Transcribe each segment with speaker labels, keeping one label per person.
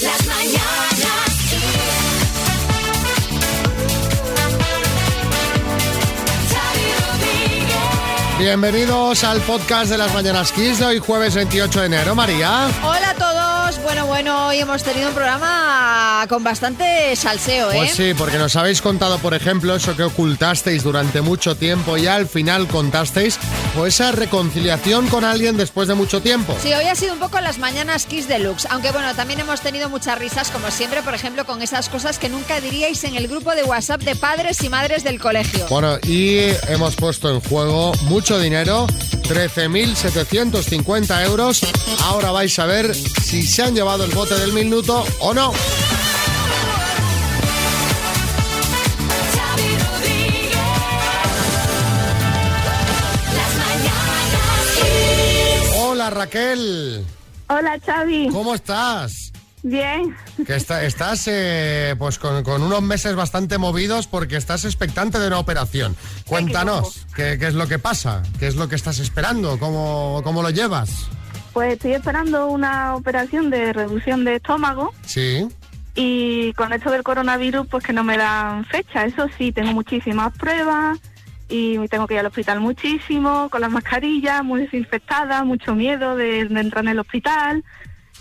Speaker 1: Las mañanas Kiss. Xavi Rodríguez.
Speaker 2: Bienvenidos al podcast de las Mañanas Kiss de hoy jueves 28 de enero, María.
Speaker 3: Hola a todos. Bueno, bueno, hoy hemos tenido un programa con bastante salseo, ¿eh?
Speaker 2: Pues sí, porque nos habéis contado, por ejemplo, eso que ocultasteis durante mucho tiempo y al final contasteis, o esa reconciliación con alguien después de mucho tiempo.
Speaker 3: Sí, hoy ha sido un poco las mañanas Kiss Deluxe, aunque bueno, también hemos tenido muchas risas, como siempre, por ejemplo, con esas cosas que nunca diríais en el grupo de WhatsApp de padres y madres del colegio.
Speaker 2: Bueno, y hemos puesto en juego mucho dinero, 13.750 euros. Ahora vais a ver si se han llevado el bote del minuto o no.
Speaker 1: Xavi Rodríguez. Las mañanas Kiss.
Speaker 2: Hola Raquel,
Speaker 4: Hola Xavi,
Speaker 2: ¿cómo estás?
Speaker 4: bien,
Speaker 2: Que está- estás eh, pues con, con unos meses bastante movidos porque estás expectante de una operación. Cuéntanos, ¿qué, qué es lo que pasa? ¿Qué es lo que estás esperando? ¿Cómo, cómo lo llevas?
Speaker 4: pues estoy esperando una operación de reducción de estómago
Speaker 2: Sí.
Speaker 4: y con esto del coronavirus pues que no me dan fecha, eso sí, tengo muchísimas pruebas y tengo que ir al hospital muchísimo, con las mascarillas muy desinfectadas, mucho miedo de, de entrar en el hospital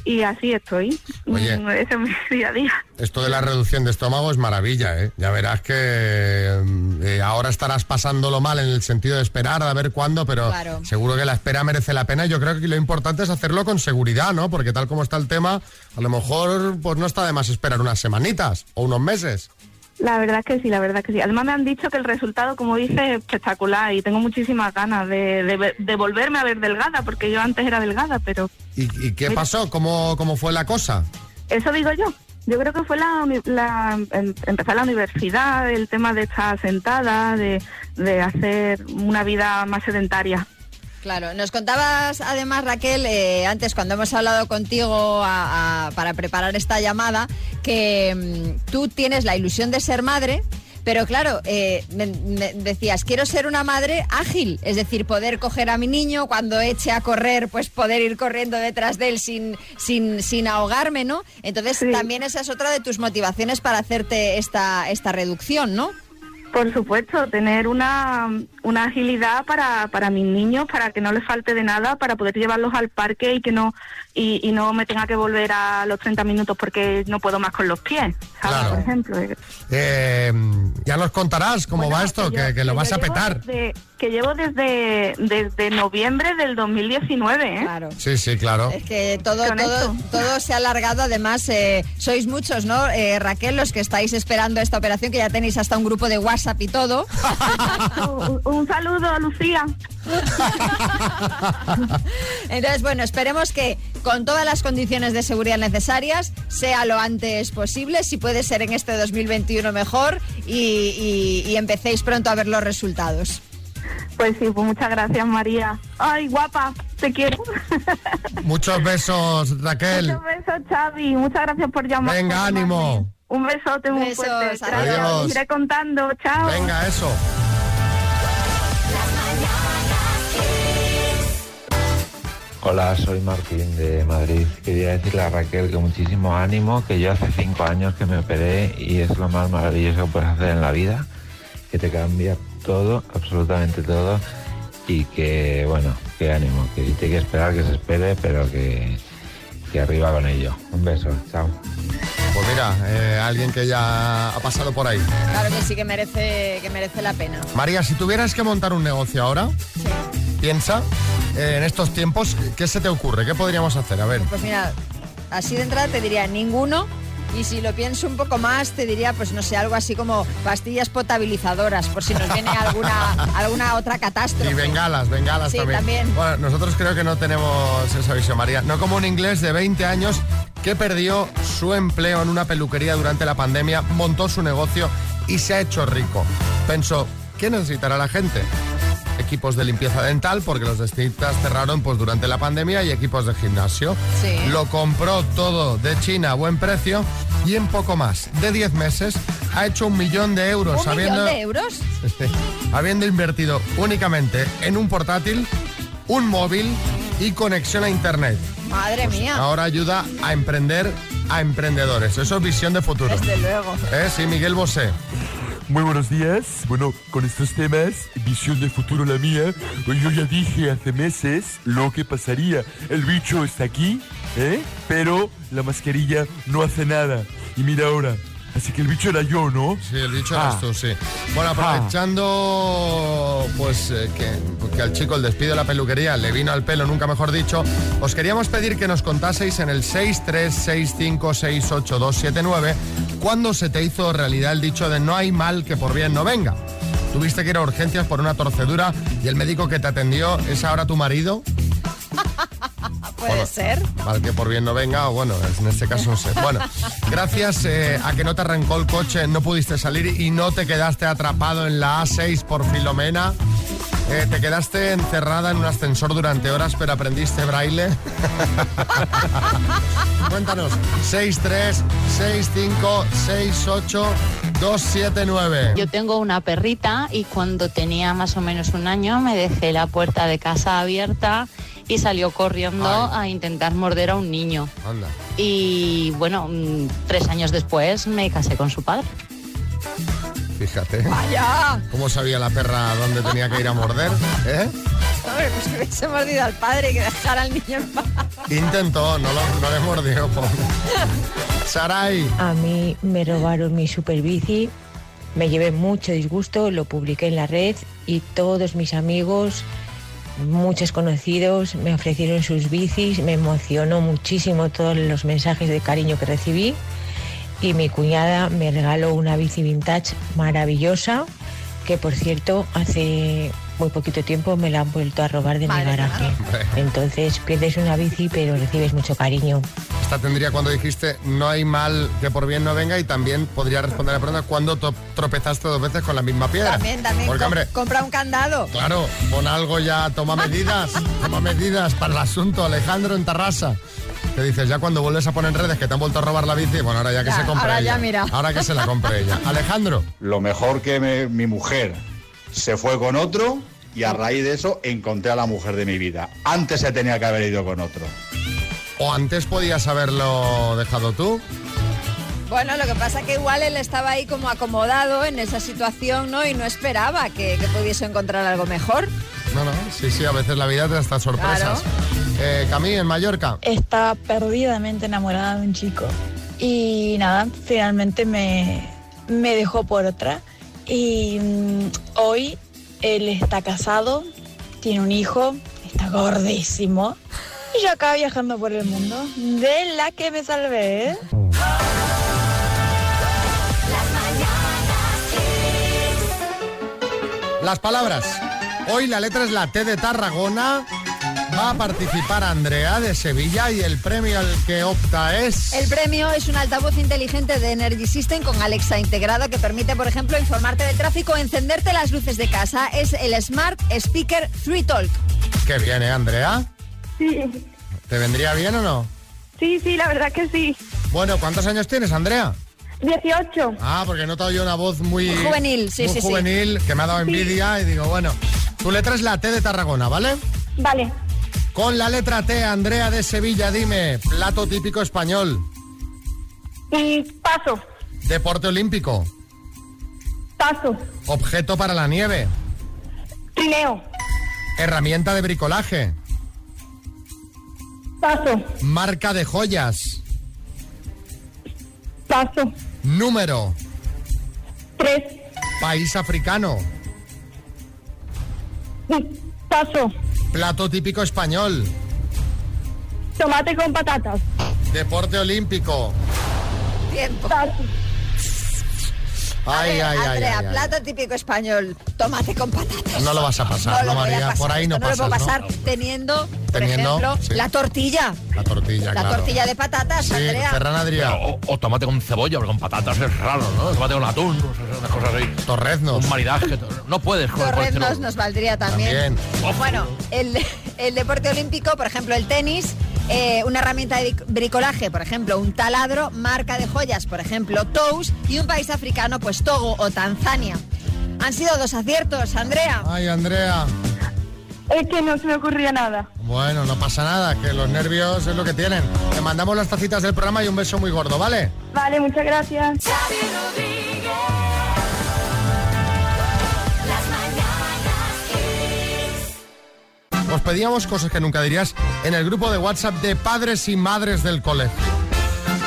Speaker 4: y así estoy.
Speaker 2: Oye.
Speaker 4: Mm, Ese es mi día a día.
Speaker 2: Esto de la reducción de estómago es maravilla, ¿eh? Ya verás que mm, eh, ahora estarás pasándolo mal en el sentido de esperar a ver cuándo, pero
Speaker 3: Claro.
Speaker 2: seguro que la espera merece la pena. Yo creo que lo importante es hacerlo con seguridad, ¿no? Porque tal como está el tema, a lo mejor pues no está de más esperar unas semanitas o unos meses.
Speaker 4: La verdad es que sí, la verdad es que sí. Además me han dicho que el resultado, como dices, es espectacular y tengo muchísimas ganas de, de ver- de volverme a ver delgada, porque yo antes era delgada, pero
Speaker 2: ¿Y, y qué pasó? ¿Cómo, ¿Cómo fue la cosa?
Speaker 4: Eso digo yo. Yo creo que fue la, uni- la- em- empezar la universidad, el tema de estar sentada, de, de hacer una vida más sedentaria.
Speaker 3: Claro, nos contabas además, Raquel, eh, antes cuando hemos hablado contigo a- a- para preparar esta llamada, que mm, tú tienes la ilusión de ser madre. Pero claro, eh, me- me decías, quiero ser una madre ágil, es decir, poder coger a mi niño cuando eche a correr, pues poder ir corriendo detrás de él sin, sin, sin ahogarme, ¿no? Entonces
Speaker 4: Sí.
Speaker 3: también esa es otra de tus motivaciones para hacerte esta, esta reducción, ¿no?
Speaker 4: Por supuesto, tener una, una agilidad para, para mis niños, para que no les falte de nada, para poder llevarlos al parque y que no y, y no me tenga que volver a los 30 minutos porque no puedo más con los pies, ¿sabes?
Speaker 2: Claro.
Speaker 4: Ah, Por ejemplo.
Speaker 2: Eh, ya nos contarás cómo
Speaker 4: Bueno,
Speaker 2: va esto, que,
Speaker 4: yo-
Speaker 2: que lo
Speaker 4: yo
Speaker 2: vas a
Speaker 4: llevo
Speaker 2: petar.
Speaker 4: desde- que llevo desde, desde noviembre del 2019, ¿eh?
Speaker 3: Claro.
Speaker 2: Sí, sí, claro.
Speaker 3: Es que todo,
Speaker 4: Con
Speaker 3: todo,
Speaker 4: esto.
Speaker 3: todo se ha alargado. Además, eh, sois muchos, ¿no? Eh, Raquel, los que estáis esperando esta operación, que ya tenéis hasta un grupo de WhatsApp y todo.
Speaker 4: un, un saludo a Lucía.
Speaker 3: Entonces, bueno, esperemos que con todas las condiciones de seguridad necesarias sea lo antes posible, si puede ser en este 2021 mejor, y, y- y empecéis pronto a ver los resultados.
Speaker 4: Pues sí, pues muchas gracias María. Ay, guapa, te quiero.
Speaker 2: Muchos besos, Raquel.
Speaker 4: Muchos besos, Xavi. Muchas gracias por llamar.
Speaker 2: Venga, ánimo.
Speaker 4: Un besote muy
Speaker 3: Besos,
Speaker 4: fuerte. Gracias.
Speaker 2: adiós.
Speaker 4: Os Iré contando. Chao.
Speaker 2: Venga, eso.
Speaker 5: Hola, soy Martín de Madrid. Quería decirle a Raquel que muchísimo ánimo, que yo hace cinco años que me operé y es lo más maravilloso que puedes hacer en la vida, que te cambia todo, absolutamente todo, y que, bueno, que ánimo, que si te que esperar, que se espere, pero que, que arriba con ello. Un beso, chao.
Speaker 2: Pues mira, eh, alguien que ya ha pasado por ahí.
Speaker 3: Claro que sí que merece, que merece la pena.
Speaker 2: María, si tuvieras que montar un negocio ahora, piensa eh, en estos tiempos, ¿qué se te ocurre? ¿Qué podríamos hacer? A ver.
Speaker 3: Pues mira, así de entrada te diría ninguno. Y si lo pienso un poco más, te diría, pues no sé, algo así como pastillas potabilizadoras, por si nos viene alguna, alguna otra catástrofe.
Speaker 2: Y bengalas, bengalas
Speaker 3: Sí,
Speaker 2: también.
Speaker 3: también.
Speaker 2: Bueno, nosotros creo que no tenemos esa visión, María. No como un inglés de 20 años que perdió su empleo en una peluquería durante la pandemia, montó su negocio y se ha hecho rico. Pensó, ¿qué necesitará la gente? Equipos de limpieza dental, porque los dentistas cerraron pues, durante la pandemia, y equipos de gimnasio.
Speaker 3: Sí.
Speaker 2: Lo compró todo de China a buen precio y en poco más de 10 meses ha hecho un millón de euros.
Speaker 3: ¿Un
Speaker 2: sabiendo...
Speaker 3: millón de euros?
Speaker 2: Habiendo invertido únicamente en un portátil, un móvil y conexión a internet.
Speaker 3: Madre mía.
Speaker 2: Pues Ahora ayuda a emprender a emprendedores. Eso es visión de futuro.
Speaker 3: Desde luego.
Speaker 2: ¿Eh? Sí, Miguel Bosé.
Speaker 6: Muy buenos días. Bueno, con estos temas, visión de futuro la mía. Pues Yo ya dije hace meses lo que pasaría. El bicho está aquí, ¿eh? Pero la mascarilla no hace nada. Y mira ahora. Así que el bicho era yo, ¿no?
Speaker 2: Sí, el dicho
Speaker 6: Ah.
Speaker 2: eres tú, sí. Bueno, aprovechando pues eh, que, que al chico el despido de la peluquería le vino al pelo, nunca mejor dicho, os queríamos pedir que nos contaseis en el 636568279 cuándo se te hizo realidad el dicho de no hay mal que por bien no venga. Tuviste que ir a urgencias por una torcedura y el médico que te atendió es ahora tu marido.
Speaker 3: Puede ser.
Speaker 2: Mal que por bien no venga, o bueno, en este caso no sé. Bueno, gracias eh, a que no te arrancó el coche, no pudiste salir y no te quedaste atrapado en la A6 por Filomena. Eh, te quedaste encerrada en un ascensor durante horas, pero aprendiste braille. Cuéntanos, 63 65 68 279.
Speaker 7: Yo tengo una perrita y cuando tenía más o menos un año me dejé la puerta de casa abierta y salió corriendo a
Speaker 2: Ay.
Speaker 7: intentar morder a un niño.
Speaker 2: Anda.
Speaker 7: Y bueno, mm, tres años después me casé con su padre.
Speaker 2: Fíjate,
Speaker 3: Ya.
Speaker 2: ¿cómo sabía la perra dónde tenía que ir a morder? ¿Eh?
Speaker 3: Hombre, pues que hubiese mordido al padre y que dejara al niño en paz.
Speaker 2: Intentó, no, lo, no le mordió. pobre. Sarai.
Speaker 8: A mí me robaron mi super bici, me llevé mucho disgusto, lo publiqué en la red y todos mis amigos, muchos conocidos, me ofrecieron sus bicis, me emocionó muchísimo todos los mensajes de cariño que recibí y mi cuñada me regaló una bici vintage maravillosa que por cierto hace muy poquito tiempo me la han vuelto a robar de
Speaker 3: Madre
Speaker 8: mi garaje. Entonces pierdes una bici pero recibes mucho cariño.
Speaker 2: Esta tendría cuando dijiste no hay mal que por bien no venga y también podría responder a la pregunta cuando to- tropezaste dos veces con la misma piedra.
Speaker 3: También, también.
Speaker 2: Porque,
Speaker 3: com-
Speaker 2: hombre,
Speaker 3: compra un candado.
Speaker 2: claro, pon algo ya, toma medidas, toma medidas para el asunto. Alejandro en Tarrasa. Te dices, ya cuando vuelves a poner en redes que te han vuelto a robar la bici, bueno, ahora ya que
Speaker 3: Ya,
Speaker 2: se compre
Speaker 3: ahora
Speaker 2: ella.
Speaker 3: ya mira.
Speaker 2: Ahora que se la compre ella. Alejandro,
Speaker 9: Lo mejor que me- mi mujer se fue con otro y a raíz de eso encontré a la mujer de mi vida. Antes se tenía que haber ido con otro.
Speaker 2: o antes podías haberlo dejado tú.
Speaker 3: Bueno, lo que pasa que igual él estaba ahí como acomodado en esa situación, ¿no? Y no esperaba que, que pudiese encontrar algo mejor.
Speaker 2: No, no, sí, sí, a veces la vida te da estas sorpresas. Eh, Camille, en Mallorca.
Speaker 10: Estaba perdidamente enamorada de un chico. Y nada, finalmente me, me dejó por otra. Y mm, hoy él está casado, tiene un hijo, está gordísimo. Y yo acá viajando por el mundo, de la que me salvé, ¿eh?
Speaker 2: Las palabras. Hoy la letra es la T de Tarragona. Va a participar Andrea de Sevilla y el premio al que opta es...
Speaker 3: El premio es un altavoz inteligente de Energy System con Alexa integrada que permite, por ejemplo, informarte del tráfico, encenderte las luces de casa. Es el Smart Speaker 3 Talk.
Speaker 2: Que viene, Andrea.
Speaker 4: Sí,
Speaker 2: ¿Te vendría bien o no?
Speaker 4: sí, sí, la verdad que sí.
Speaker 2: Bueno, ¿cuántos años tienes, Andrea?
Speaker 4: 18.
Speaker 2: Ah, porque he notado yo una voz muy...
Speaker 3: Muy juvenil, sí,
Speaker 2: muy
Speaker 3: sí, sí.
Speaker 2: juvenil, que me ha dado envidia y digo, bueno, tu letra es la T de Tarragona, ¿vale?
Speaker 4: Vale.
Speaker 2: Con la letra T, Andrea de Sevilla, dime, plato típico español,
Speaker 4: Y paso,
Speaker 2: deporte olímpico,
Speaker 4: paso,
Speaker 2: objeto para la nieve,
Speaker 4: trineo,
Speaker 2: herramienta de bricolaje,
Speaker 4: paso,
Speaker 2: marca de joyas.
Speaker 4: paso,
Speaker 2: Número.
Speaker 4: tres,
Speaker 2: País africano.
Speaker 4: paso,
Speaker 2: Plato típico español.
Speaker 4: tomate con patatas,
Speaker 2: Deporte olímpico.
Speaker 3: Tiempo.
Speaker 4: paso.
Speaker 2: Ay,
Speaker 3: Andrea,
Speaker 2: ay, ay,
Speaker 3: Andrea,
Speaker 2: ay, ay.
Speaker 3: plato típico español. Tomate con patatas.
Speaker 2: No lo vas a pasar, no,
Speaker 3: lo voy a
Speaker 2: María.
Speaker 3: pasar,
Speaker 2: Por ahí no,
Speaker 3: esto
Speaker 2: pasas,
Speaker 3: lo puedo pasar
Speaker 2: ¿no?
Speaker 3: teniendo, por
Speaker 2: Teniendo,
Speaker 3: ejemplo,
Speaker 2: sí.
Speaker 3: la tortilla.
Speaker 2: La tortilla,
Speaker 3: La
Speaker 2: claro.
Speaker 3: tortilla de patatas,
Speaker 2: Sí,
Speaker 3: Andrea.
Speaker 2: Ferran Adrià.
Speaker 11: O, o tomate con cebolla, pero con patatas es raro, ¿no? Tomate con atún, unas cosas así.
Speaker 2: Torreznos.
Speaker 11: Un maridaje. to- No puedes con el
Speaker 3: Torreznos
Speaker 11: colesterol.
Speaker 3: nos valdría también.
Speaker 11: También.
Speaker 3: Bueno, el, el deporte olímpico, por ejemplo, el tenis, eh, una herramienta de bric- bricolaje, por ejemplo, un taladro, marca de joyas, por ejemplo, Tous, y un país africano, pues Togo o Tanzania. Han sido dos aciertos, Andrea.
Speaker 2: Ay, Andrea.
Speaker 4: Es que no se me ocurría nada.
Speaker 2: Bueno, no pasa nada, que los nervios es lo que tienen. Te mandamos las tacitas del programa y un beso muy gordo, ¿vale?
Speaker 4: Vale, muchas gracias.
Speaker 2: Os pedíamos cosas que nunca dirías en el grupo de WhatsApp de padres y madres del colegio.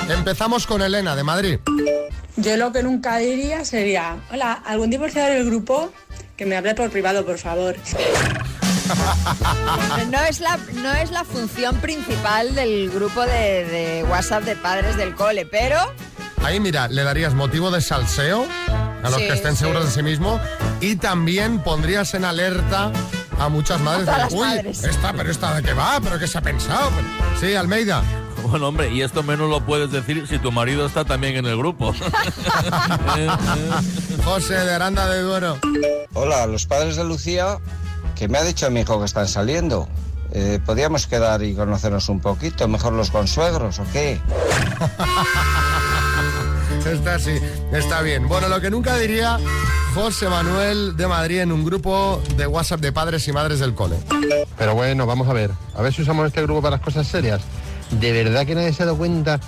Speaker 2: Empezamos con Elena de Madrid.
Speaker 12: Yo lo que nunca diría sería, hola, algún divorciado del grupo que me hable por privado, por favor.
Speaker 3: No es, la, no es la función principal del grupo de, de WhatsApp de padres del cole, pero
Speaker 2: Ahí mira, le darías motivo de salseo a los
Speaker 3: Sí,
Speaker 2: que estén
Speaker 3: sí.
Speaker 2: seguros de sí mismo y también pondrías en alerta a muchas madres.
Speaker 11: A todas
Speaker 2: de,
Speaker 11: las
Speaker 2: Uy,
Speaker 11: madres".
Speaker 2: esta, pero esta de qué va, pero qué se ha pensado. Sí, Almeida.
Speaker 11: Bueno, hombre, y esto menos lo puedes decir si tu marido está también en el grupo.
Speaker 2: José de Aranda de Duero.
Speaker 13: Hola, los padres de Lucía, que me ha dicho mi hijo que están saliendo. Eh, Podíamos quedar y conocernos un poquito, mejor los consuegros, ¿o qué?
Speaker 2: Está sí, está bien. Bueno, lo que nunca diría José Manuel de Madrid en un grupo de WhatsApp de padres y madres del cole.
Speaker 14: Pero bueno, vamos a ver. A ver si usamos este grupo para las cosas serias. ¿De verdad que nadie se ha dado cuenta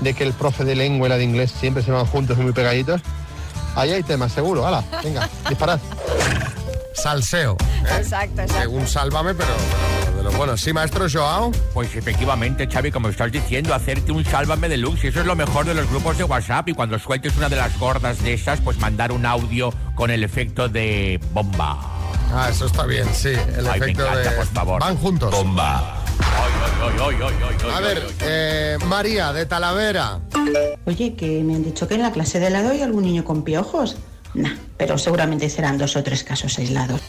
Speaker 14: de que el profe de lengua y la de inglés siempre se van juntos y muy pegaditos? Ahí hay temas, seguro. Hala, venga, disparad.
Speaker 2: Salseo.
Speaker 3: Exacto,
Speaker 2: ¿Eh? Según sálvame, pero pero de los buenos. Sí, maestro Joao.
Speaker 11: Pues efectivamente, Xavi, como estás diciendo, hacerte un sálvame deluxe. Eso es lo mejor de los grupos de WhatsApp. Y cuando sueltes una de las gordas de esas, pues mandar un audio con el efecto de bomba.
Speaker 2: Ah, eso está bien, sí. El
Speaker 11: Ay, me
Speaker 2: efecto
Speaker 11: encanta,
Speaker 2: de.
Speaker 11: por favor.
Speaker 2: Van juntos.
Speaker 11: Bomba.
Speaker 2: A ver, eh, María de Talavera.
Speaker 15: Oye, que me han dicho que en la clase de lado hay algún niño con piojos. Nah, pero seguramente serán dos o tres casos aislados.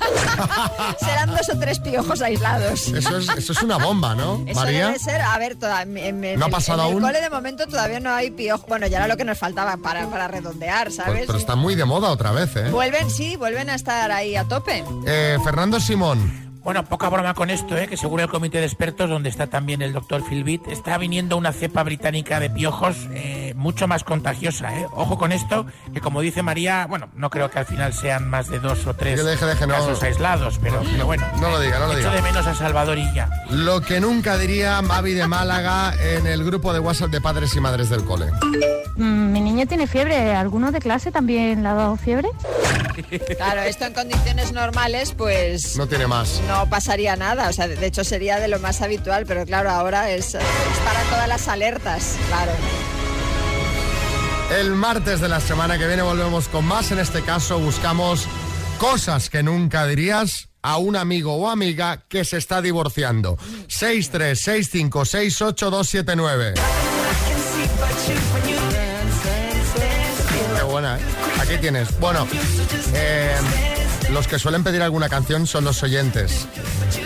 Speaker 3: serán dos o tres piojos aislados.
Speaker 2: Ah. Eso es, eso es una bomba, ¿no?
Speaker 3: Eso
Speaker 2: María.
Speaker 3: debe ser, a ver, toda- en, en- en
Speaker 2: ¿No ha
Speaker 3: el-
Speaker 2: pasado
Speaker 3: en el
Speaker 2: aún?
Speaker 3: cole de momento todavía no hay piojos. Bueno, ya era lo que nos faltaba para, para redondear, ¿sabes?
Speaker 2: Pues, Pero está muy de moda otra vez, ¿eh?
Speaker 3: Vuelven, sí, vuelven a estar ahí a tope.
Speaker 2: Eh, Fernando Simón.
Speaker 16: Bueno, poca broma con esto, ¿eh? que según el comité de expertos, donde está también el doctor Philbit, está viniendo una cepa británica de piojos eh, mucho más contagiosa. ¿eh? Ojo con esto, que como dice María, bueno, no creo que al final sean más de dos o tres
Speaker 2: Que deje, deje, no.
Speaker 16: casos aislados, pero, pero bueno.
Speaker 2: No lo diga, no lo
Speaker 16: echo
Speaker 2: diga.
Speaker 16: de menos a Salvador y ya.
Speaker 2: Lo que nunca diría Mavi de Málaga en el grupo de WhatsApp de padres y madres del cole.
Speaker 17: Mm, Mi niño tiene fiebre. ¿Alguno de clase también le ha dado fiebre?
Speaker 3: Claro, esto en condiciones normales, pues.
Speaker 2: No tiene más.
Speaker 3: No pasaría nada, o sea, de hecho sería de lo más habitual, pero claro, ahora es, es para todas las alertas, claro.
Speaker 2: El martes de la semana que viene volvemos con más. En este caso buscamos cosas que nunca dirías a un amigo o amiga que se está divorciando. 636568279. Qué buena, ¿eh? Aquí tienes. Bueno, eh, los que suelen pedir alguna canción son los oyentes.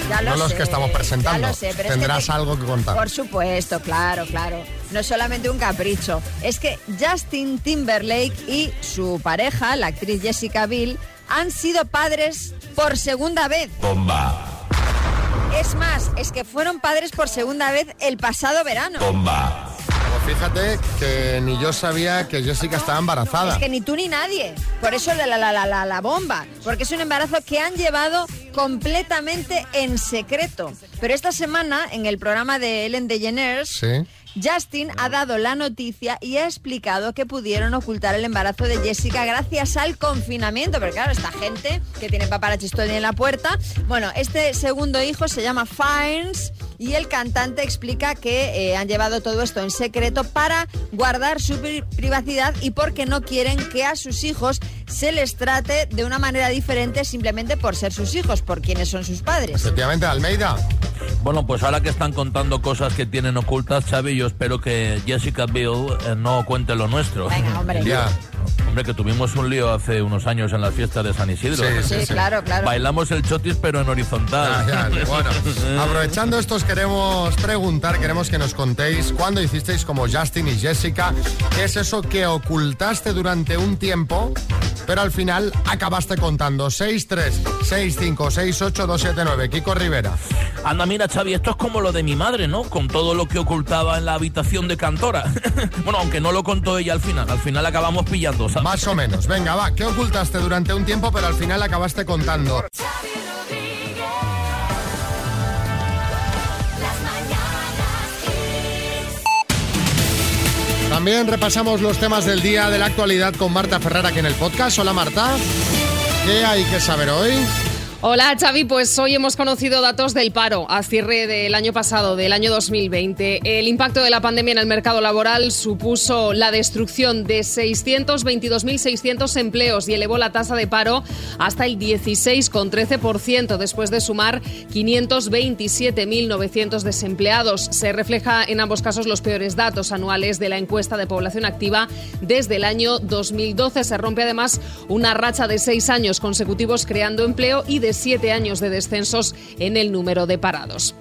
Speaker 3: Ya lo
Speaker 2: no los
Speaker 3: sé,
Speaker 2: que estamos
Speaker 3: ya
Speaker 2: presentando.
Speaker 3: lo sé, pero es que
Speaker 2: Tendrás
Speaker 3: te-
Speaker 2: algo que contar.
Speaker 3: Por supuesto, claro, claro. No es solamente un capricho. Es que Justin Timberlake y su pareja, la actriz Jessica Biel, han sido padres por segunda vez.
Speaker 11: Bomba.
Speaker 3: Es más, es que fueron padres por segunda vez el pasado verano.
Speaker 11: Bomba.
Speaker 2: Pues fíjate que ni yo sabía que Jessica estaba embarazada.
Speaker 3: Es que ni tú ni nadie. Por eso la, la, la, la, la bomba. Porque es un embarazo que han llevado completamente en secreto. Pero esta semana, en el programa de Ellen DeGeneres,
Speaker 2: Sí.
Speaker 3: Justin ha dado la noticia y ha explicado que pudieron ocultar el embarazo de Jessica gracias al confinamiento. Pero claro, esta gente que tiene paparazzi todo el día en la puerta. Bueno, este segundo hijo se llama Fines y el cantante explica que eh, han llevado todo esto en secreto para guardar su pri- privacidad y porque no quieren que a sus hijos se les trate de una manera diferente simplemente por ser sus hijos, por quienes son sus padres.
Speaker 2: Efectivamente, Almeida.
Speaker 11: Bueno, pues ahora que están contando cosas que tienen ocultas, Xavi, yo espero que Jessica Biel eh, no cuente lo nuestro.
Speaker 3: Venga, hombre.
Speaker 11: Ya. Hombre, que tuvimos un lío hace unos años en las fiestas de San Isidro.
Speaker 2: Sí, sí, Sí, sí. claro, claro.
Speaker 11: Bailamos el chotis, pero en horizontal.
Speaker 2: Ya, ya, bueno, aprovechando esto os queremos preguntar, queremos que nos contéis cuándo hicisteis como Justin y Jessica, qué es eso que ocultaste durante un tiempo, pero al final acabaste contando 636568279. Kiko Rivera.
Speaker 11: Anda, mira, Xavi, esto es como lo de mi madre, ¿no? Con todo lo que ocultaba en la habitación de Cantora. bueno, aunque no lo contó ella al final. Al final acabamos pillando, ¿sabes?
Speaker 2: Más o menos. Venga, va, ¿qué ocultaste durante un tiempo, pero al final acabaste contando? También repasamos los temas del día de la actualidad con Marta Ferrara aquí en el podcast. Hola Marta, ¿qué hay que saber hoy?
Speaker 18: Hola Xavi, pues hoy hemos conocido datos del paro a cierre del año pasado, del año 2020. El impacto de la pandemia en el mercado laboral supuso la destrucción de 622.600 empleos y elevó la tasa de paro hasta el 16,13% después de sumar 527.900 desempleados. Se refleja en ambos casos los peores datos anuales de la encuesta de población activa desde el año 2012. Se rompe además una racha de seis años consecutivos creando empleo y de siete años de descensos en el número de parados.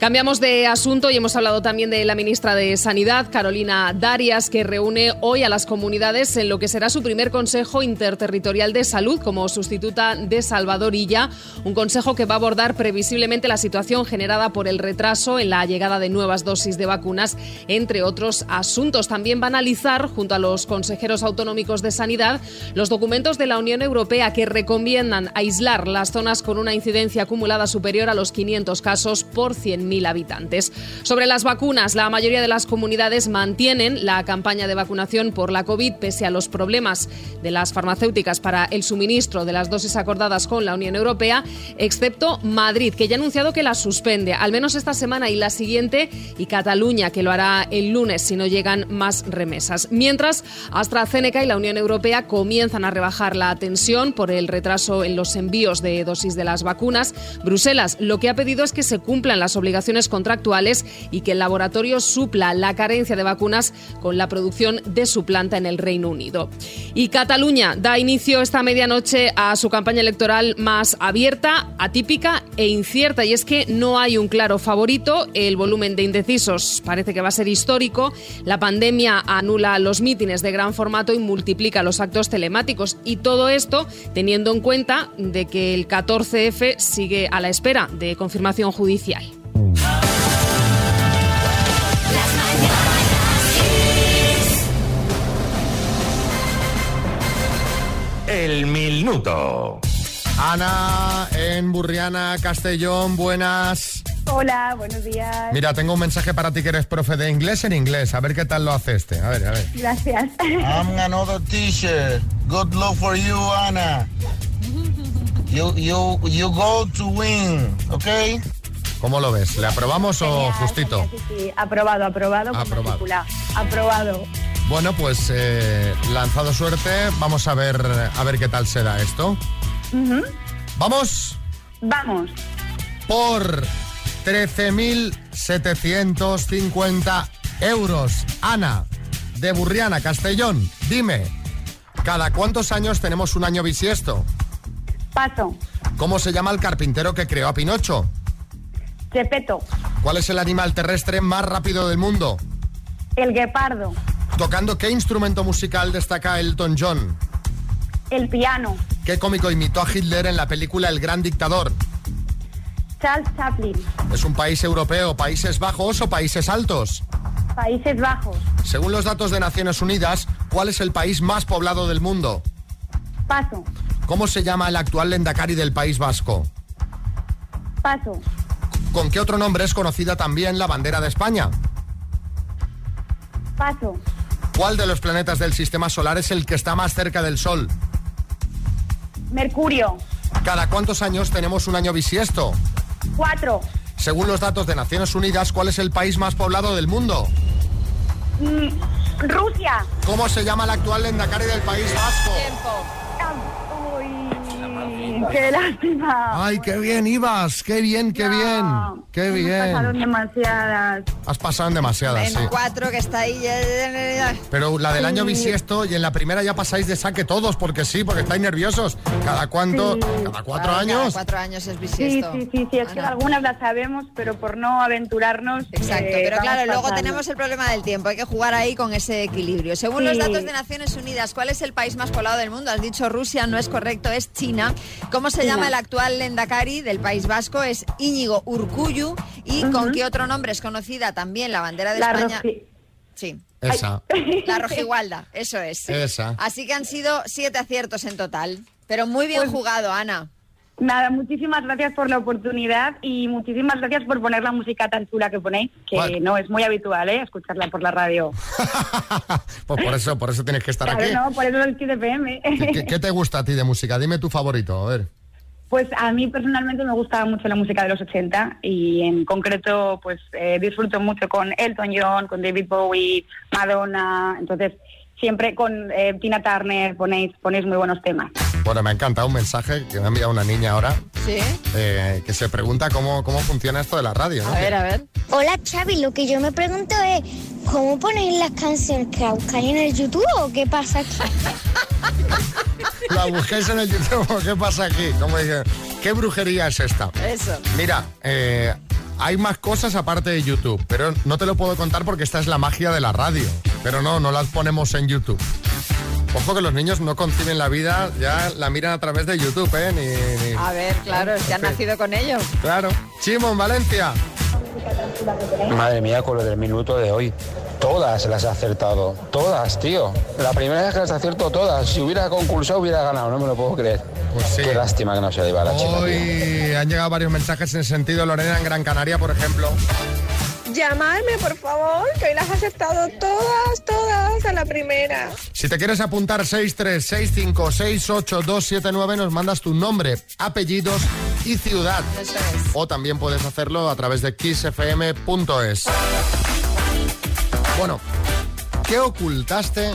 Speaker 18: Cambiamos de asunto y hemos hablado también de la ministra de Sanidad, Carolina Darias, que reúne hoy a las comunidades en lo que será su primer Consejo Interterritorial de Salud como sustituta de Salvador Illa, un consejo que va a abordar previsiblemente la situación generada por el retraso en la llegada de nuevas dosis de vacunas, entre otros asuntos. También va a analizar, junto a los consejeros autonómicos de Sanidad, los documentos de la Unión Europea que recomiendan aislar las zonas con una incidencia acumulada superior a los 500 casos por 100.000 habitantes. Sobre las vacunas, la mayoría de las comunidades mantienen la campaña de vacunación por la COVID pese a los problemas de las farmacéuticas para el suministro de las dosis acordadas con la Unión Europea, excepto Madrid, que ya ha anunciado que la suspende, al menos esta semana y la siguiente, y Cataluña, que lo hará el lunes si no llegan más remesas. Mientras, AstraZeneca y la Unión Europea comienzan a rebajar la tensión por el retraso en los envíos de dosis de las vacunas. Bruselas lo que ha pedido es que se cumplan las obligaciones contractuales y que el laboratorio supla la carencia de vacunas con la producción de su planta en el Reino Unido. Y Cataluña da inicio esta medianoche a su campaña electoral más abierta, atípica e incierta. Y es que no hay un claro favorito. El volumen de indecisos parece que va a ser histórico. La pandemia anula los mítines de gran formato y multiplica los actos telemáticos. Y todo esto teniendo en cuenta de que el 14F sigue a la espera de confirmación judicial.
Speaker 2: El minuto. Ana en Burriana, Castellón, buenas.
Speaker 19: Hola, buenos días.
Speaker 2: Mira, tengo un mensaje para ti que eres profe de inglés en inglés. A ver qué tal lo hace este. A ver, a ver.
Speaker 19: Gracias.
Speaker 20: I'm another teacher. Good luck for you, Ana. You, you, you go to win, okay?
Speaker 2: ¿Cómo lo ves? ¿Le aprobamos o justito?
Speaker 19: Sí, sí, aprobado, aprobado. con
Speaker 2: Aprobado.
Speaker 19: matrícula. Aprobado.
Speaker 2: Bueno, pues eh, lanzado suerte. Vamos a ver, a ver qué tal se da esto.
Speaker 19: Ujú.
Speaker 2: Vamos
Speaker 19: Vamos.
Speaker 2: por 13.750 euros. Ana, de Burriana, Castellón, dime, ¿cada cuántos años tenemos un año bisiesto?
Speaker 19: Paso.
Speaker 2: ¿Cómo se llama el carpintero que creó a Pinocho?
Speaker 19: Chepeto.
Speaker 2: ¿Cuál es el animal terrestre más rápido del mundo?
Speaker 19: El guepardo.
Speaker 2: ¿Tocando qué instrumento musical destaca Elton John?
Speaker 19: El piano.
Speaker 2: ¿Qué cómico imitó a Hitler en la película El Gran Dictador?
Speaker 19: Charles Chaplin.
Speaker 2: ¿Es un país europeo, Países Bajos o Países Altos?
Speaker 19: Países Bajos.
Speaker 2: Según los datos de Naciones Unidas, ¿cuál es el país más poblado del mundo?
Speaker 19: Paso.
Speaker 2: ¿Cómo se llama el actual lendakari del País Vasco?
Speaker 19: Paso.
Speaker 2: ¿Con qué otro nombre es conocida también la bandera de España?
Speaker 19: Paso.
Speaker 2: ¿Cuál de los planetas del sistema solar es el que está más cerca del Sol?
Speaker 19: Mercurio.
Speaker 2: ¿Cada cuántos años tenemos un año bisiesto?
Speaker 19: Cuatro.
Speaker 2: Según los datos de Naciones Unidas, ¿cuál es el país más poblado del mundo?
Speaker 19: Mm, Rusia.
Speaker 2: ¿Cómo se llama el actual lendakari del País Vasco?
Speaker 19: Mm, Qué lástima.
Speaker 2: Ay, qué bien, Ibas, qué bien, qué bien, qué
Speaker 19: Pasaron
Speaker 2: bien.
Speaker 19: demasiadas.
Speaker 2: Has pasado en demasiadas, sí.
Speaker 3: En cuatro que está ahí. ya- ya- ya- ya.
Speaker 2: Pero la del año
Speaker 3: Sí.
Speaker 2: bisiesto y en la primera ya pasáis de saque todos, porque sí, porque estáis nerviosos. ¿Cada cuánto?
Speaker 19: Sí.
Speaker 2: ¿Cada cuatro
Speaker 3: Claro, cada
Speaker 2: años?
Speaker 3: cuatro años es
Speaker 19: Sí,
Speaker 3: bisiesto.
Speaker 19: sí, sí, sí, es que algunas las sabemos, pero por no aventurarnos.
Speaker 3: Exacto,
Speaker 19: eh,
Speaker 3: pero
Speaker 19: vamos
Speaker 3: claro, luego
Speaker 19: pasando.
Speaker 3: tenemos el problema del tiempo, hay que jugar ahí con ese equilibrio. Según los
Speaker 19: Sí.
Speaker 3: datos de Naciones Unidas, ¿cuál es el país más poblado del mundo? Has dicho Rusia, no es correcto, es China. ¿Cómo se
Speaker 19: China.
Speaker 3: llama el actual Lendakari del País Vasco? Es Íñigo Urcuyu. ¿Y con qué otro nombre es conocida también la bandera de
Speaker 19: La
Speaker 3: España?
Speaker 19: roji-
Speaker 3: Sí.
Speaker 2: Esa.
Speaker 3: La rojigualda, eso es.
Speaker 2: Esa.
Speaker 19: Pues
Speaker 3: Así que han sido siete aciertos en total. Pero muy bien jugado, Ana.
Speaker 21: Nada, muchísimas gracias por la oportunidad y muchísimas gracias por poner la música tan chula que ponéis, que
Speaker 2: Bueno.
Speaker 21: no es muy habitual, ¿eh? Escucharla por la radio.
Speaker 2: Pues por eso, por eso tienes que estar
Speaker 21: Claro,
Speaker 2: aquí.
Speaker 21: no, por eso es Kiss FM.
Speaker 2: ¿Qué- ¿Qué, qué te gusta a ti de música? Dime tu favorito, a ver.
Speaker 21: Pues a mí personalmente me gusta mucho la música de los 80 y en concreto pues eh, disfruto mucho con Elton John, con David Bowie, Madonna, entonces siempre con eh, Tina Turner ponéis, ponéis muy buenos temas.
Speaker 2: Bueno, me ha encantado un mensaje que me ha enviado una niña ahora
Speaker 3: Sí.
Speaker 2: eh, que se pregunta cómo, cómo funciona esto de la radio. ¿no?
Speaker 3: a ver.
Speaker 22: Hola Xavi, lo que yo me pregunto es, ¿cómo ponéis las canciones que la buscáis en el YouTube o qué pasa aquí?
Speaker 2: La busquéis en el YouTube, ¿qué pasa aquí? Como dicen, ¿qué brujería es esta?
Speaker 3: Eso.
Speaker 2: Mira, eh, hay más cosas aparte de YouTube, pero no te lo puedo contar porque esta es la magia de la radio. Pero no, no las ponemos en YouTube. Ojo que los niños no conciben la vida, ya la miran a través de YouTube, ¿eh? Ni- ni-
Speaker 3: A ver, claro, ya han nacido con ellos.
Speaker 2: Claro. Chimo, en Valencia.
Speaker 13: Madre mía, con lo del minuto de hoy. Todas las he acertado. Todas, tío. La primera vez que las acierto todas. Si hubiera concursado hubiera ganado, no me lo puedo creer. Qué lástima que no se lo iba a la chica.
Speaker 2: Pues Hoy han llegado varios mensajes en ese sentido. Lorena en Gran Canaria, por ejemplo.
Speaker 23: Llamadme, por favor, que hoy las has aceptado todas, todas a la primera.
Speaker 2: Si te quieres apuntar 636568279 nos mandas tu nombre, apellidos y ciudad. O también puedes hacerlo a través de kissfm.es. Bueno, ¿qué ocultaste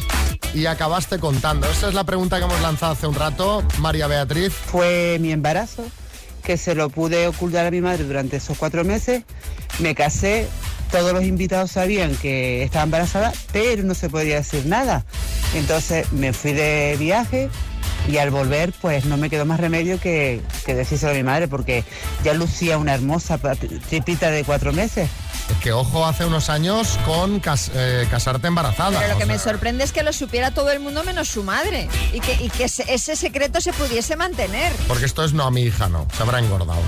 Speaker 2: y acabaste contando? Esa es la pregunta que hemos lanzado hace un rato, María Beatriz.
Speaker 24: Fue mi embarazo, que se lo pude ocultar a mi madre durante esos cuatro meses. Me casé, todos los invitados sabían que estaba embarazada, pero no se podía decir nada. Entonces me fui de viaje y al volver pues no me quedó más remedio que, que decírselo a mi madre porque ya lucía una hermosa pat- tripita de cuatro meses.
Speaker 2: Que ojo hace unos años con cas- eh, casarte embarazada.
Speaker 3: Pero lo
Speaker 2: O
Speaker 3: que
Speaker 2: sea,
Speaker 3: me sorprende es que lo supiera todo el mundo menos su madre y que, y que ese ese secreto se pudiese mantener.
Speaker 2: Porque esto es no a mi hija, no. Se habrá engordado.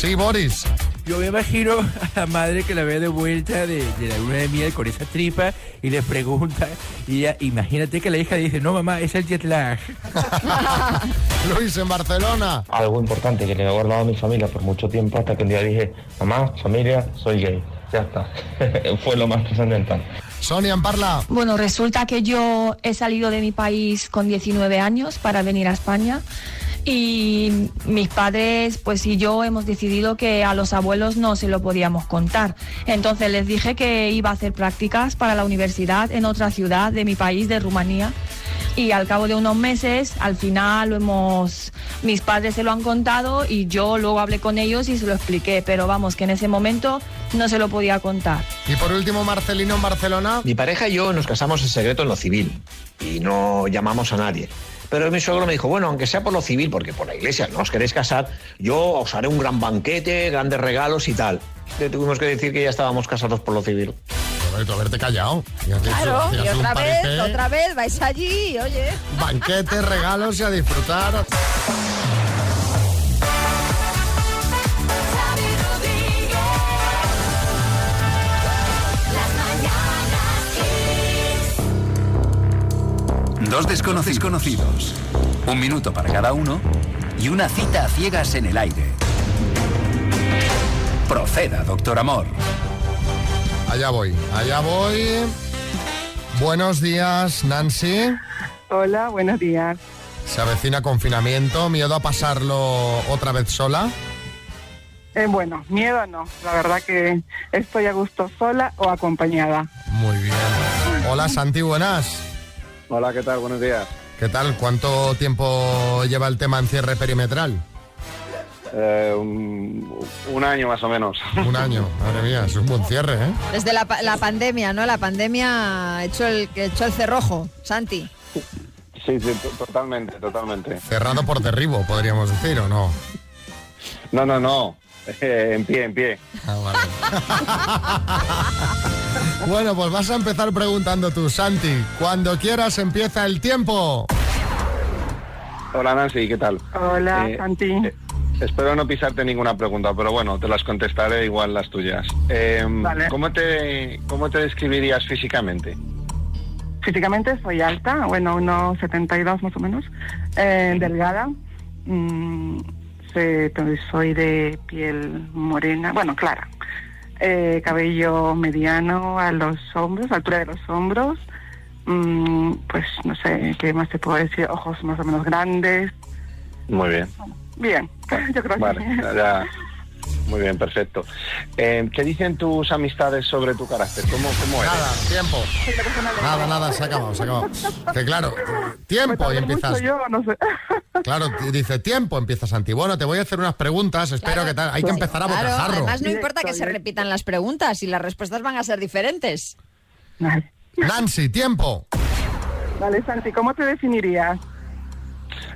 Speaker 2: Sí, Boris.
Speaker 11: Yo me imagino a la madre que la ve de vuelta de, de la luna de miel con esa tripa y le pregunta. Y ella- imagínate que la hija le dice, no mamá, es el jet lag.
Speaker 2: Luis en Barcelona.
Speaker 25: Algo importante que le he guardado a mi familia por mucho tiempo hasta que un día dije, mamá, familia, soy gay. Ya está. Fue lo más trascendental.
Speaker 2: Sonia en Parla.
Speaker 4: Bueno, resulta que yo he salido de mi país con 19 años para venir a España y mis padres, pues y yo hemos decidido que a los abuelos no se lo podíamos contar. Entonces les dije que iba a hacer prácticas para la universidad en otra ciudad de mi país, de Rumanía. Y al cabo de unos meses, al final lo hemos, mis padres se lo han contado y yo luego hablé con ellos y se lo expliqué, pero vamos, que en ese momento no se lo podía contar.
Speaker 2: Y por último, Marcelino en Barcelona.
Speaker 25: Mi pareja y yo nos casamos en secreto en lo civil y no llamamos a nadie. Pero mi suegro me dijo, bueno, aunque sea por lo civil, porque por la iglesia no os queréis casar, yo os haré un gran banquete, grandes regalos y tal. Le tuvimos que decir que ya estábamos casados por lo civil.
Speaker 2: Roberto, haberte callado.
Speaker 3: Claro, y
Speaker 25: hacías
Speaker 3: otra
Speaker 25: un
Speaker 3: vez,
Speaker 2: ¿eh?
Speaker 25: paripé.
Speaker 3: otra vez, vais allí, oye.
Speaker 2: Banquetes, regalos y a disfrutar.
Speaker 26: Dos desconocidos conocidos, un minuto para cada uno y una cita a ciegas en el aire. Proceda, doctor amor.
Speaker 2: Allá voy, allá voy. Buenos días, Nancy.
Speaker 27: Hola, buenos días.
Speaker 2: Se avecina confinamiento, miedo a pasarlo otra vez sola.
Speaker 27: Eh, bueno, miedo no. La verdad que estoy a gusto sola o acompañada.
Speaker 2: Muy bien. Hola, Santi, buenas.
Speaker 28: Hola, ¿qué tal? Buenos días.
Speaker 2: ¿Qué tal? ¿Cuánto tiempo lleva el tema en cierre perimetral?
Speaker 28: Eh, un, un año más o menos.
Speaker 2: Un año. Madre mía, es un buen cierre, ¿eh?
Speaker 3: Desde la, pa- la pandemia, ¿no? La pandemia ha hecho el, que echó el cerrojo, Santi.
Speaker 28: Sí, sí, to- totalmente, totalmente.
Speaker 2: Cerrado por derribo, podríamos decir, ¿o no?
Speaker 28: No, no, no. Eh, en pie, en pie.
Speaker 2: Ah, Bueno, pues vas a empezar preguntando tú, Santi. Cuando quieras empieza el tiempo.
Speaker 28: Hola, Nancy, ¿qué tal?
Speaker 27: Hola,
Speaker 28: Eh,
Speaker 27: Santi.
Speaker 28: Espero no pisarte ninguna pregunta, pero bueno, te las contestaré igual las tuyas. Eh, ¿cómo, te, ¿Cómo te describirías físicamente?
Speaker 27: Físicamente soy alta, bueno, unos 72 más o menos, eh, delgada. Mm, eh, pues, soy de piel morena, bueno, clara, eh, cabello mediano a los hombros, altura de los hombros, mm, pues no sé qué más te puedo decir, ojos más o menos grandes.
Speaker 28: Muy bien.
Speaker 27: Bien, yo creo
Speaker 28: Vale,
Speaker 27: que...
Speaker 28: ya. Muy bien, perfecto. Eh, ¿Qué dicen tus amistades sobre tu carácter? ¿Cómo, cómo eres?
Speaker 2: Nada, tiempo. Nada, nada, se ha acabado, se ha acabado. Que claro, tiempo y empiezas. Claro, t- dice tiempo, empieza Santi. Bueno, te voy a hacer unas preguntas, espero que tal. Hay que empezar a
Speaker 3: Pues Claro,
Speaker 2: bocajarro.
Speaker 3: además no importa que se repitan las preguntas y las respuestas van a ser diferentes.
Speaker 2: Nancy, tiempo.
Speaker 27: Vale, Santi, ¿cómo te definirías?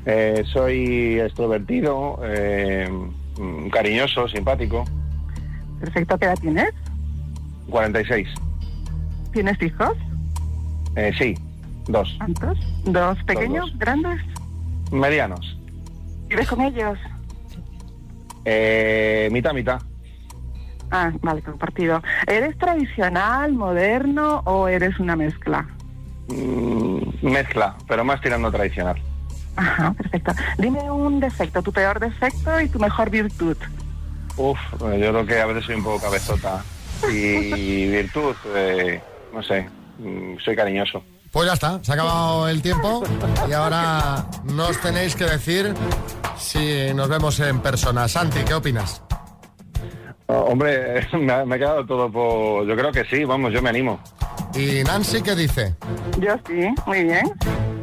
Speaker 28: Eh, soy extrovertido, eh, mm, cariñoso, simpático.
Speaker 27: Perfecto, ¿qué edad tienes?
Speaker 28: 46.
Speaker 27: ¿Tienes hijos?
Speaker 28: Eh, sí, dos.
Speaker 27: ¿Cuántos? ¿Dos pequeños,
Speaker 28: dos.
Speaker 27: grandes?
Speaker 28: Medianos.
Speaker 27: ¿Vives con ellos?
Speaker 28: Eh, mitad, mitad.
Speaker 27: Ah, vale, compartido. ¿Eres tradicional, moderno o eres una mezcla?
Speaker 28: Mm, mezcla, pero más tirando a tradicional.
Speaker 27: Ajá, perfecto. Dime un defecto, tu peor defecto y tu mejor virtud.
Speaker 28: Uf, eh, yo creo que a veces soy un poco cabezota. Y virtud, eh, no sé, mm, soy cariñoso.
Speaker 2: Pues ya está, se ha acabado el tiempo y ahora nos tenéis que decir si nos vemos en persona. Santi, ¿qué opinas?
Speaker 28: Oh, hombre, me ha, me ha quedado todo por... Yo creo que sí, vamos, yo me animo.
Speaker 2: ¿Y Nancy qué dice?
Speaker 27: Yo sí, muy bien.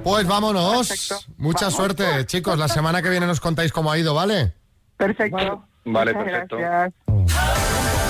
Speaker 2: Pues vámonos. Mucha suerte, chicos. La semana que viene nos contáis cómo ha ido, ¿vale?
Speaker 27: Perfecto.
Speaker 28: Vale,
Speaker 27: Muchas
Speaker 28: perfecto.
Speaker 27: Gracias.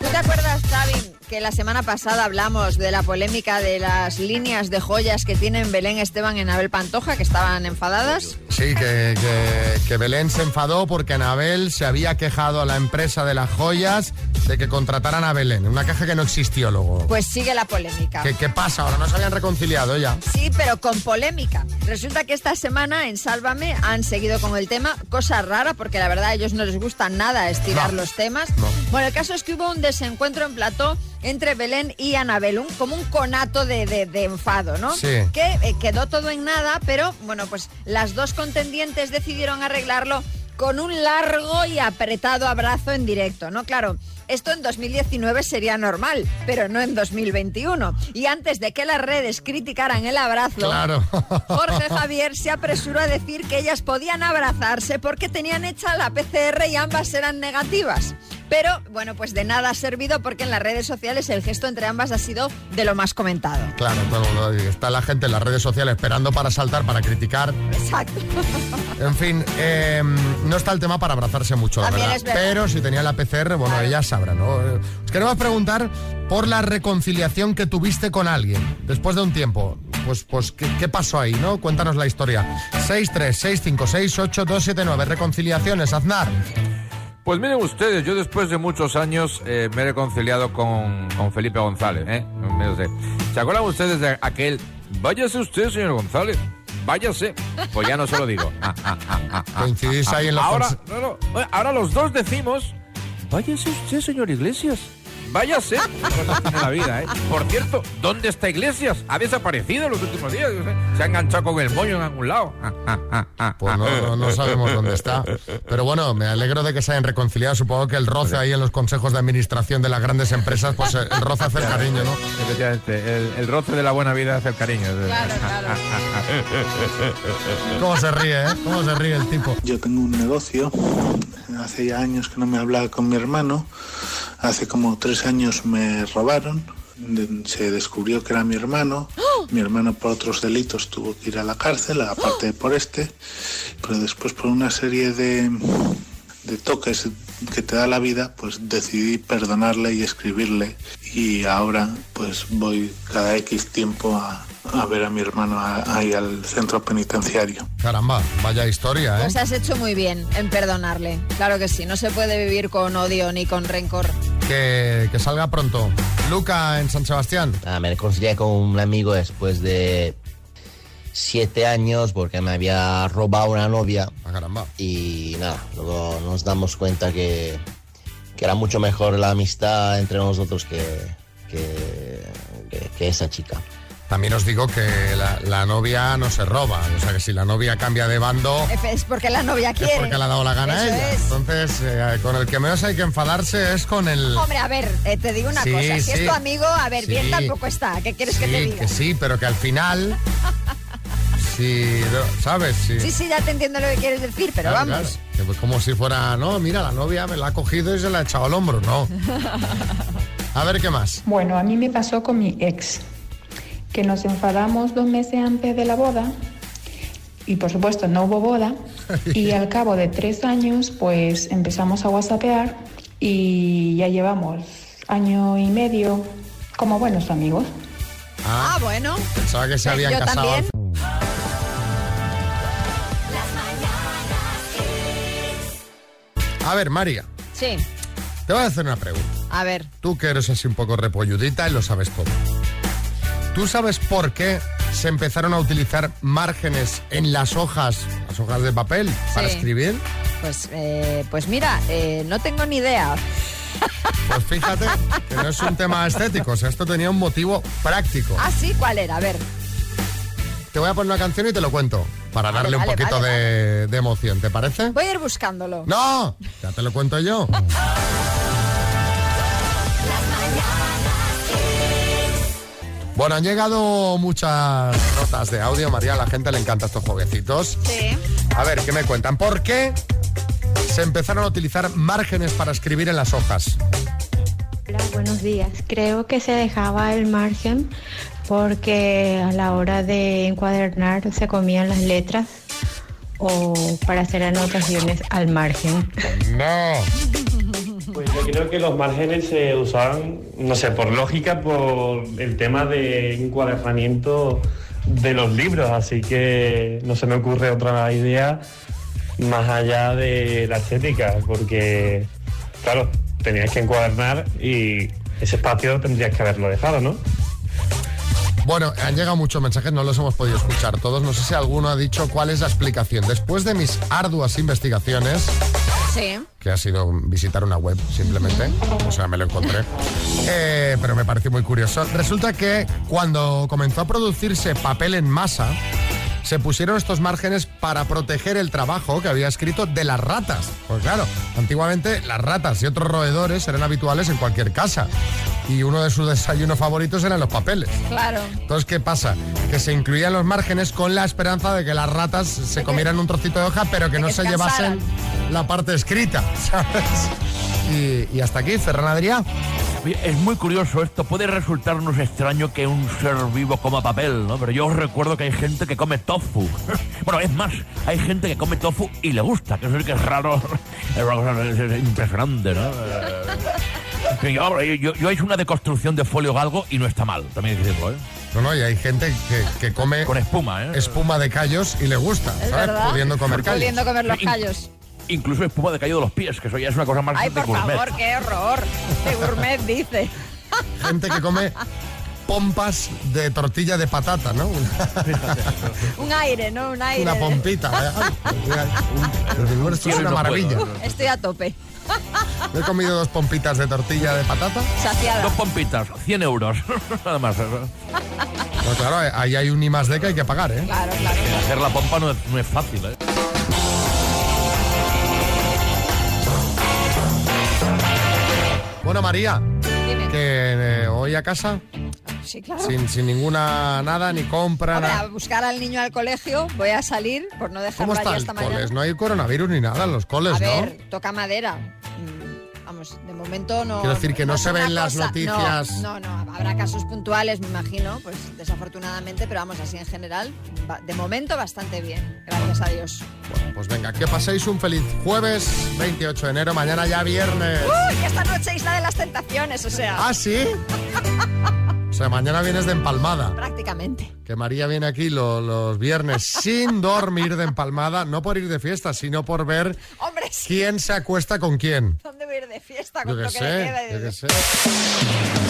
Speaker 3: ¿Tú te acuerdas, Xavi, que la semana pasada hablamos de la polémica de las líneas de joyas que tienen Belén Esteban en Abel Pantoja, que estaban enfadadas?
Speaker 2: Sí, que, que- que Belén se enfadó porque Anabel se había quejado a la empresa de las joyas de que contrataran a Belén. Una queja que no existió luego.
Speaker 3: Pues sigue la polémica.
Speaker 2: ¿Qué, qué pasa ahora? ¿No se habían reconciliado ya?
Speaker 3: Sí, pero con polémica. Resulta que esta semana en Sálvame han seguido con el tema, cosa rara porque la verdad a ellos no les gusta nada estirar
Speaker 1: No.
Speaker 3: los temas. Bueno, el caso es que hubo un desencuentro en plató entre Belén y Anabel, un- como un conato de, de- de enfado, ¿no?
Speaker 1: Sí.
Speaker 3: Que eh, quedó todo en nada, pero bueno, pues las dos contendientes decidieron arreglarlo con un largo y apretado abrazo en directo, ¿no? Claro, esto en 2019 sería normal, pero no en 2021. Y antes de que las redes criticaran el abrazo,
Speaker 2: Claro.
Speaker 3: Jorge Javier se apresuró a decir que ellas podían abrazarse porque tenían hecha la PCR y ambas eran negativas. Pero bueno, pues de nada ha servido porque en las redes sociales el gesto entre ambas ha sido de lo más comentado.
Speaker 2: Claro, todo el mundo- está la gente en las redes sociales esperando para saltar, para criticar.
Speaker 3: Exacto.
Speaker 2: En fin, eh, no está el tema para abrazarse mucho, la
Speaker 3: También
Speaker 2: verdad.
Speaker 3: es verdad.
Speaker 2: Pero si tenía la PCR, bueno, ella sabrá, ¿no? Eh, Os queremos preguntar por la reconciliación que tuviste con alguien después de un tiempo. Pues, pues ¿qué, qué pasó ahí, no? Cuéntanos la historia. 636568279. Reconciliaciones, Aznar.
Speaker 4: Pues miren ustedes, yo después de muchos años eh, me he reconciliado con, con Felipe González. ¿eh? Me lo sé. ¿Se acuerdan ustedes de aquel? Váyase usted, señor González. Váyase. Pues ya no se lo digo. Ah, ah, ah, ah, ah,
Speaker 2: Coincidís
Speaker 4: ah,
Speaker 2: ahí
Speaker 4: ah.
Speaker 2: en la
Speaker 4: ahora,
Speaker 2: cons-
Speaker 4: no, no, eh, ahora los dos decimos, váyase usted, señor Iglesias. Váyase. Cosas tiene la vida, ¿eh? Por cierto, ¿dónde está Iglesias? Ha desaparecido en los últimos días. yo sé. Se ha enganchado con el moño en algún lado. Ah, ah, ah, ah,
Speaker 2: Pues no, no- no sabemos dónde está. Pero bueno, me alegro de que se hayan reconciliado. Supongo que el roce ahí en los consejos de administración de las grandes empresas, pues el el roce hace el cariño, ¿no?
Speaker 4: Efectivamente, el, el roce de la buena vida hace el cariño. Claro, claro.
Speaker 2: ¿Cómo se ríe, eh? ¿Cómo se ríe el tipo?
Speaker 5: Yo tengo un negocio, hace ya años que no me hablaba con mi hermano, hace como tres años me robaron, de- se descubrió que era mi hermano, mi hermano por otros delitos tuvo que ir a la cárcel, aparte de por este, pero después por una serie de, de toques que te da la vida, pues decidí perdonarle y escribirle y ahora pues voy cada X tiempo a, a ver a mi hermano a- ahí al centro penitenciario.
Speaker 2: Caramba, vaya historia, ¿eh?
Speaker 3: Pues has hecho muy bien en perdonarle. Claro que sí, no se puede vivir con odio ni con rencor.
Speaker 2: Que, que salga pronto. Luca en San Sebastián.
Speaker 6: Ah, me reconcilié con un amigo después de siete años porque me había robado una novia.
Speaker 2: Ah,
Speaker 6: Y nada, luego nos damos cuenta que, que era mucho mejor la amistad entre nosotros que, que, que- que esa chica.
Speaker 2: También os digo que la, la novia no se roba. O sea que si la novia cambia de bando
Speaker 3: Es porque la novia
Speaker 2: es
Speaker 3: quiere.
Speaker 2: porque le ha dado la gana a
Speaker 3: Eso
Speaker 2: ella.
Speaker 3: es.
Speaker 2: Entonces, eh, con el que menos hay que enfadarse es con el...
Speaker 3: Hombre, a ver, eh, te digo una
Speaker 2: Sí,
Speaker 3: cosa. Si
Speaker 2: sí.
Speaker 3: es tu amigo, a ver,
Speaker 2: Sí.
Speaker 3: bien tampoco está. ¿Qué quieres que te
Speaker 2: Sí,
Speaker 3: diga?
Speaker 2: que sí, pero que al final... si, ¿Sabes? Si-
Speaker 3: Sí, sí, ya te entiendo lo que quieres decir, pero
Speaker 2: Claro,
Speaker 3: vamos.
Speaker 2: claro. Que, pues, Como si fuera, no, mira, la novia me la ha cogido y se la ha echado al hombro, no. A ver qué más.
Speaker 1: Bueno, a mí me pasó con mi ex, que nos enfadamos dos meses antes de la boda y por supuesto no hubo boda y al cabo de tres años pues empezamos a whatsappear y ya llevamos año y medio como buenos amigos.
Speaker 3: Ah, bueno. Eh,
Speaker 2: Pensaba que se habían
Speaker 1: yo
Speaker 2: casado.
Speaker 1: también.
Speaker 2: A ver, María,
Speaker 3: Sí,
Speaker 2: te voy a hacer una pregunta.
Speaker 3: a ver.
Speaker 2: Tú que eres así un poco repolludita y lo sabes todo. ¿Tú sabes por qué se empezaron a utilizar márgenes en las hojas, las hojas de papel, para
Speaker 3: Sí.
Speaker 2: escribir?
Speaker 3: Pues, eh, pues mira, eh, no tengo ni idea.
Speaker 2: Pues fíjate que no es un tema estético, o sea, esto tenía un motivo práctico.
Speaker 3: Ah, sí, ¿cuál era? A ver.
Speaker 2: Te voy a poner una canción y te lo cuento, para
Speaker 3: Vale,
Speaker 2: darle un
Speaker 3: vale,
Speaker 2: poquito
Speaker 3: vale,
Speaker 2: de, de emoción, ¿te parece?
Speaker 3: Voy a ir buscándolo.
Speaker 2: ¿Eh? No, ya te lo cuento yo. Bueno, han llegado muchas notas de audio, María. A la gente le encanta estos jueguecitos.
Speaker 3: Sí.
Speaker 2: A ver, ¿qué me cuentan? ¿Por qué se empezaron a utilizar márgenes para escribir en las hojas?
Speaker 7: Hola, buenos días. Creo que se dejaba el margen porque a la hora de encuadernar se comían las letras o para hacer anotaciones al margen.
Speaker 2: No.
Speaker 8: Pues yo creo que los márgenes se usaban, no sé, por lógica, por el tema de encuadernamiento de los libros, así que no se me ocurre otra idea más allá de la estética, porque, claro, tenías que encuadernar y ese espacio tendrías que haberlo dejado, ¿no?
Speaker 2: Bueno, han llegado muchos mensajes, no los hemos podido escuchar todos. No sé si alguno ha dicho cuál es la explicación. Después de mis arduas investigaciones,
Speaker 3: Sí.
Speaker 2: que ha sido visitar una web simplemente, o sea, me lo encontré, Eh, pero me pareció muy curioso. Resulta que cuando comenzó a producirse papel en masa, se pusieron estos márgenes para proteger el trabajo que había escrito de las ratas. Pues claro, antiguamente las ratas y otros roedores eran habituales en cualquier casa. Y uno de sus desayunos favoritos eran los papeles.
Speaker 3: Claro.
Speaker 2: Entonces, ¿qué pasa? Que se incluían los márgenes con la esperanza de que las ratas se comieran un trocito de hoja, pero que no
Speaker 3: que
Speaker 2: se
Speaker 3: se
Speaker 2: llevasen la parte escrita, ¿sabes? Y, y hasta aquí, Ferran Adrià.
Speaker 11: Oye, Es muy curioso esto. Puede resultarnos extraño que un ser vivo coma papel, ¿no? Pero yo os recuerdo que hay gente que come tofu. bueno, es más, hay gente que come tofu y le gusta, que eso es que es raro. es impresionante, ¿no? Eh, yo, yo, yo hice una deconstrucción de folio galgo y no está mal, también hay que decirlo, ¿eh?
Speaker 2: No, no, y hay gente que, que come... Con
Speaker 11: espuma, ¿eh?
Speaker 2: Espuma de callos y le gusta,
Speaker 3: Es
Speaker 2: ¿sabes?
Speaker 3: verdad.
Speaker 2: Pudiendo comer callos.
Speaker 3: Pudiendo comer los
Speaker 11: Sí.
Speaker 3: callos.
Speaker 11: Incluso espuma de callo de los pies, que eso ya es una cosa más
Speaker 3: Ay,
Speaker 11: de
Speaker 3: por
Speaker 11: gourmet.
Speaker 3: favor, qué horror. De gourmet dice.
Speaker 2: Gente que come pompas de tortilla de patata, ¿no?
Speaker 3: Un aire, ¿no? Un aire.
Speaker 2: Una, una pompita. ¿eh? Ay, mira, Esto es una maravilla.
Speaker 3: Estoy a tope.
Speaker 2: Me he comido dos pompitas de tortilla de patata.
Speaker 3: Saciada.
Speaker 11: Dos pompitas, 100 euros. Nada más. ¿eh?
Speaker 2: Pero Pues claro, ahí hay un I más D que hay que pagar, ¿eh?
Speaker 3: Claro, claro.
Speaker 11: Hacer la pompa no es, no es fácil, ¿eh?
Speaker 2: Bueno, María,
Speaker 3: Dime.
Speaker 2: que eh, hoy a casa,
Speaker 3: Sí, claro.
Speaker 2: sin, sin ninguna nada, ni compra,
Speaker 3: Hombre, a
Speaker 2: nada.
Speaker 3: buscar al niño al colegio, voy a salir por no dejarlo
Speaker 2: ¿Cómo
Speaker 3: allí
Speaker 2: está el
Speaker 3: hasta mañana.
Speaker 2: coles? No hay coronavirus ni nada en los coles,
Speaker 3: A
Speaker 2: ¿no?
Speaker 3: ver, toca madera. Mm, Vamos, de momento no.
Speaker 2: Quiero decir que no
Speaker 3: es
Speaker 2: se ven
Speaker 3: una
Speaker 2: las noticias.
Speaker 3: No, no, no, habrá casos puntuales, me imagino, pues desafortunadamente, pero vamos, así en general, va- de momento bastante bien, gracias a Dios.
Speaker 2: Pues venga, que paséis un feliz jueves 28 de enero, mañana ya viernes.
Speaker 3: ¡Uy! que Esta noche Isla de las Tentaciones, o sea.
Speaker 2: ¿Ah, sí? O sea, mañana vienes de empalmada.
Speaker 3: Prácticamente.
Speaker 2: Que María viene aquí lo- los viernes sin dormir de empalmada, no por ir de fiesta, sino por ver
Speaker 3: Hombre, sí.
Speaker 2: quién se acuesta con quién.
Speaker 3: ¿Dónde voy a ir de fiesta
Speaker 2: Yo
Speaker 3: con
Speaker 2: qué
Speaker 3: lo que le
Speaker 2: sé,
Speaker 3: queda?
Speaker 2: yo qué sé.